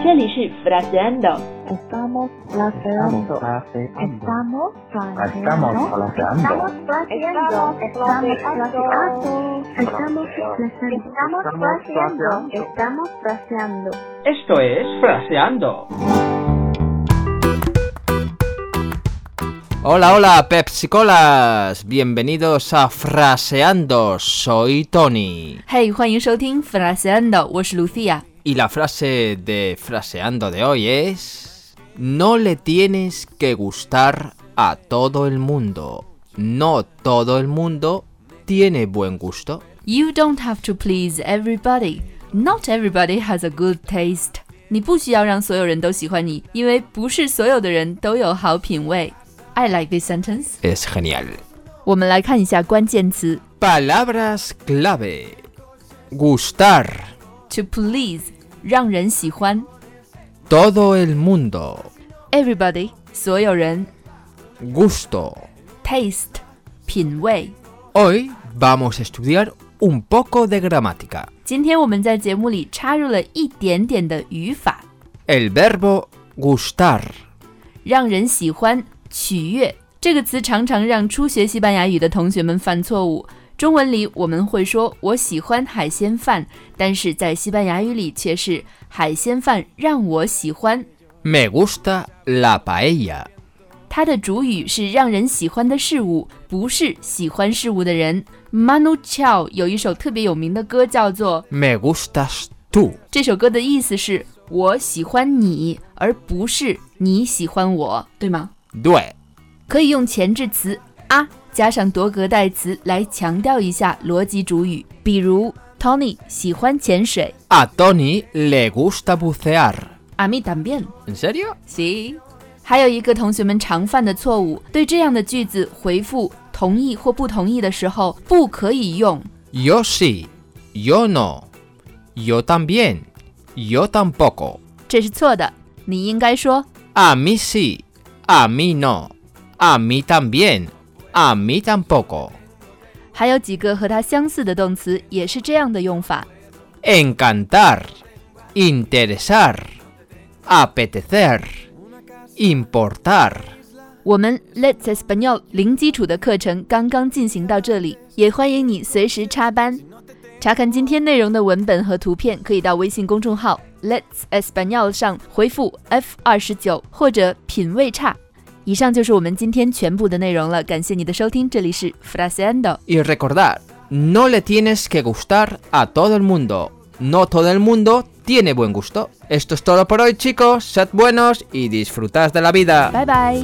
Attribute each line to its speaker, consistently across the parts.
Speaker 1: 这里是 fraseando，
Speaker 2: Estamos
Speaker 3: Estamos
Speaker 2: fraseando.
Speaker 3: fraseando.
Speaker 2: Estamos fraseando.
Speaker 3: Estamos fraseando.
Speaker 2: Estamos fraseando.
Speaker 3: Estamos
Speaker 2: Estamos
Speaker 3: fraseando.
Speaker 2: Estamos fraseando.
Speaker 4: Esto es Fraseando.
Speaker 5: Hola, hola, Pepsicolas. Bienvenidos a Fraseando. Soy Tony.
Speaker 6: 嘿欢迎收听 Fraseando，我是 Lucia。
Speaker 5: Y la frase de Fraseando de hoy es... No le tienes que gustar a todo el mundo. No todo el mundo tiene buen gusto.
Speaker 6: You don't have to please everybody. Not everybody has a good taste. 你不需要让所有人都喜欢你，因为不是所有的人都有好品味。I like this sentence.
Speaker 5: Es genial.
Speaker 6: 我们来看一下关键词
Speaker 5: Palabras clave. Gustar.
Speaker 6: to please，让人喜欢。
Speaker 5: Todo el mundo.
Speaker 6: Everybody，所有人。
Speaker 5: Gusto.
Speaker 6: Taste，品味。
Speaker 5: Hoy vamos a estudiar un poco de gramática.
Speaker 6: 今天我们在节目里插入了一点点的语法，
Speaker 5: El verbo gustar.
Speaker 6: 让人喜欢、取悦这个词常常让初学西班牙语的同学们犯错误。中文里我们会说“我喜欢海鲜饭”，但是在西班牙语里却是“海鲜饭让我喜欢
Speaker 5: Me gusta la paella. ”。
Speaker 6: 它的主语是让人喜欢的事物，不是喜欢事物的人。Manu Chao 有一首特别有名的歌叫做
Speaker 5: Me gustas tú.
Speaker 6: “这首歌的意思是我喜欢你，而不是你喜欢我”，对吗？
Speaker 5: Due.
Speaker 6: 可以用前置词啊加上多格代词来强调一下逻辑主语，比如 Tony 喜欢潜水
Speaker 5: A Tony le gusta bucear.
Speaker 6: ，A mí también。
Speaker 5: ¿En serio?
Speaker 6: Sí。还有一个同学们常犯的错误，对这样的句子回复同意或不同意的时候，不可以用
Speaker 5: Yo sí. Yo no. Yo también. Yo tampoco.
Speaker 6: 这是错的。你应该说
Speaker 5: A mí sí. A mí no. A mí también. A mí tampoco.
Speaker 6: 还有几个和它相似的动词也是这样的用法，
Speaker 5: Encantar. Interesar. Apetecer. Importar.
Speaker 6: 我们 Let's Español 零基础的课程刚刚进行到这里，也欢迎你随时插班。查看今天内容的文本和图片，可以到微信公众号 Let's Español 上回复 F 二十九或者品味差。以上就是我们今天全部的内容了，感谢你的收听，这里是 Fraseando。
Speaker 5: Y recordar, no le tienes que gustar a todo el mundo. No todo el mundo tiene buen gusto. Esto es todo por hoy chicos, sed buenos y disfrutad de la vida.
Speaker 6: 拜拜。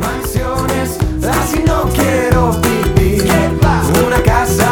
Speaker 7: mansiones, así no quiero vivir. Una casa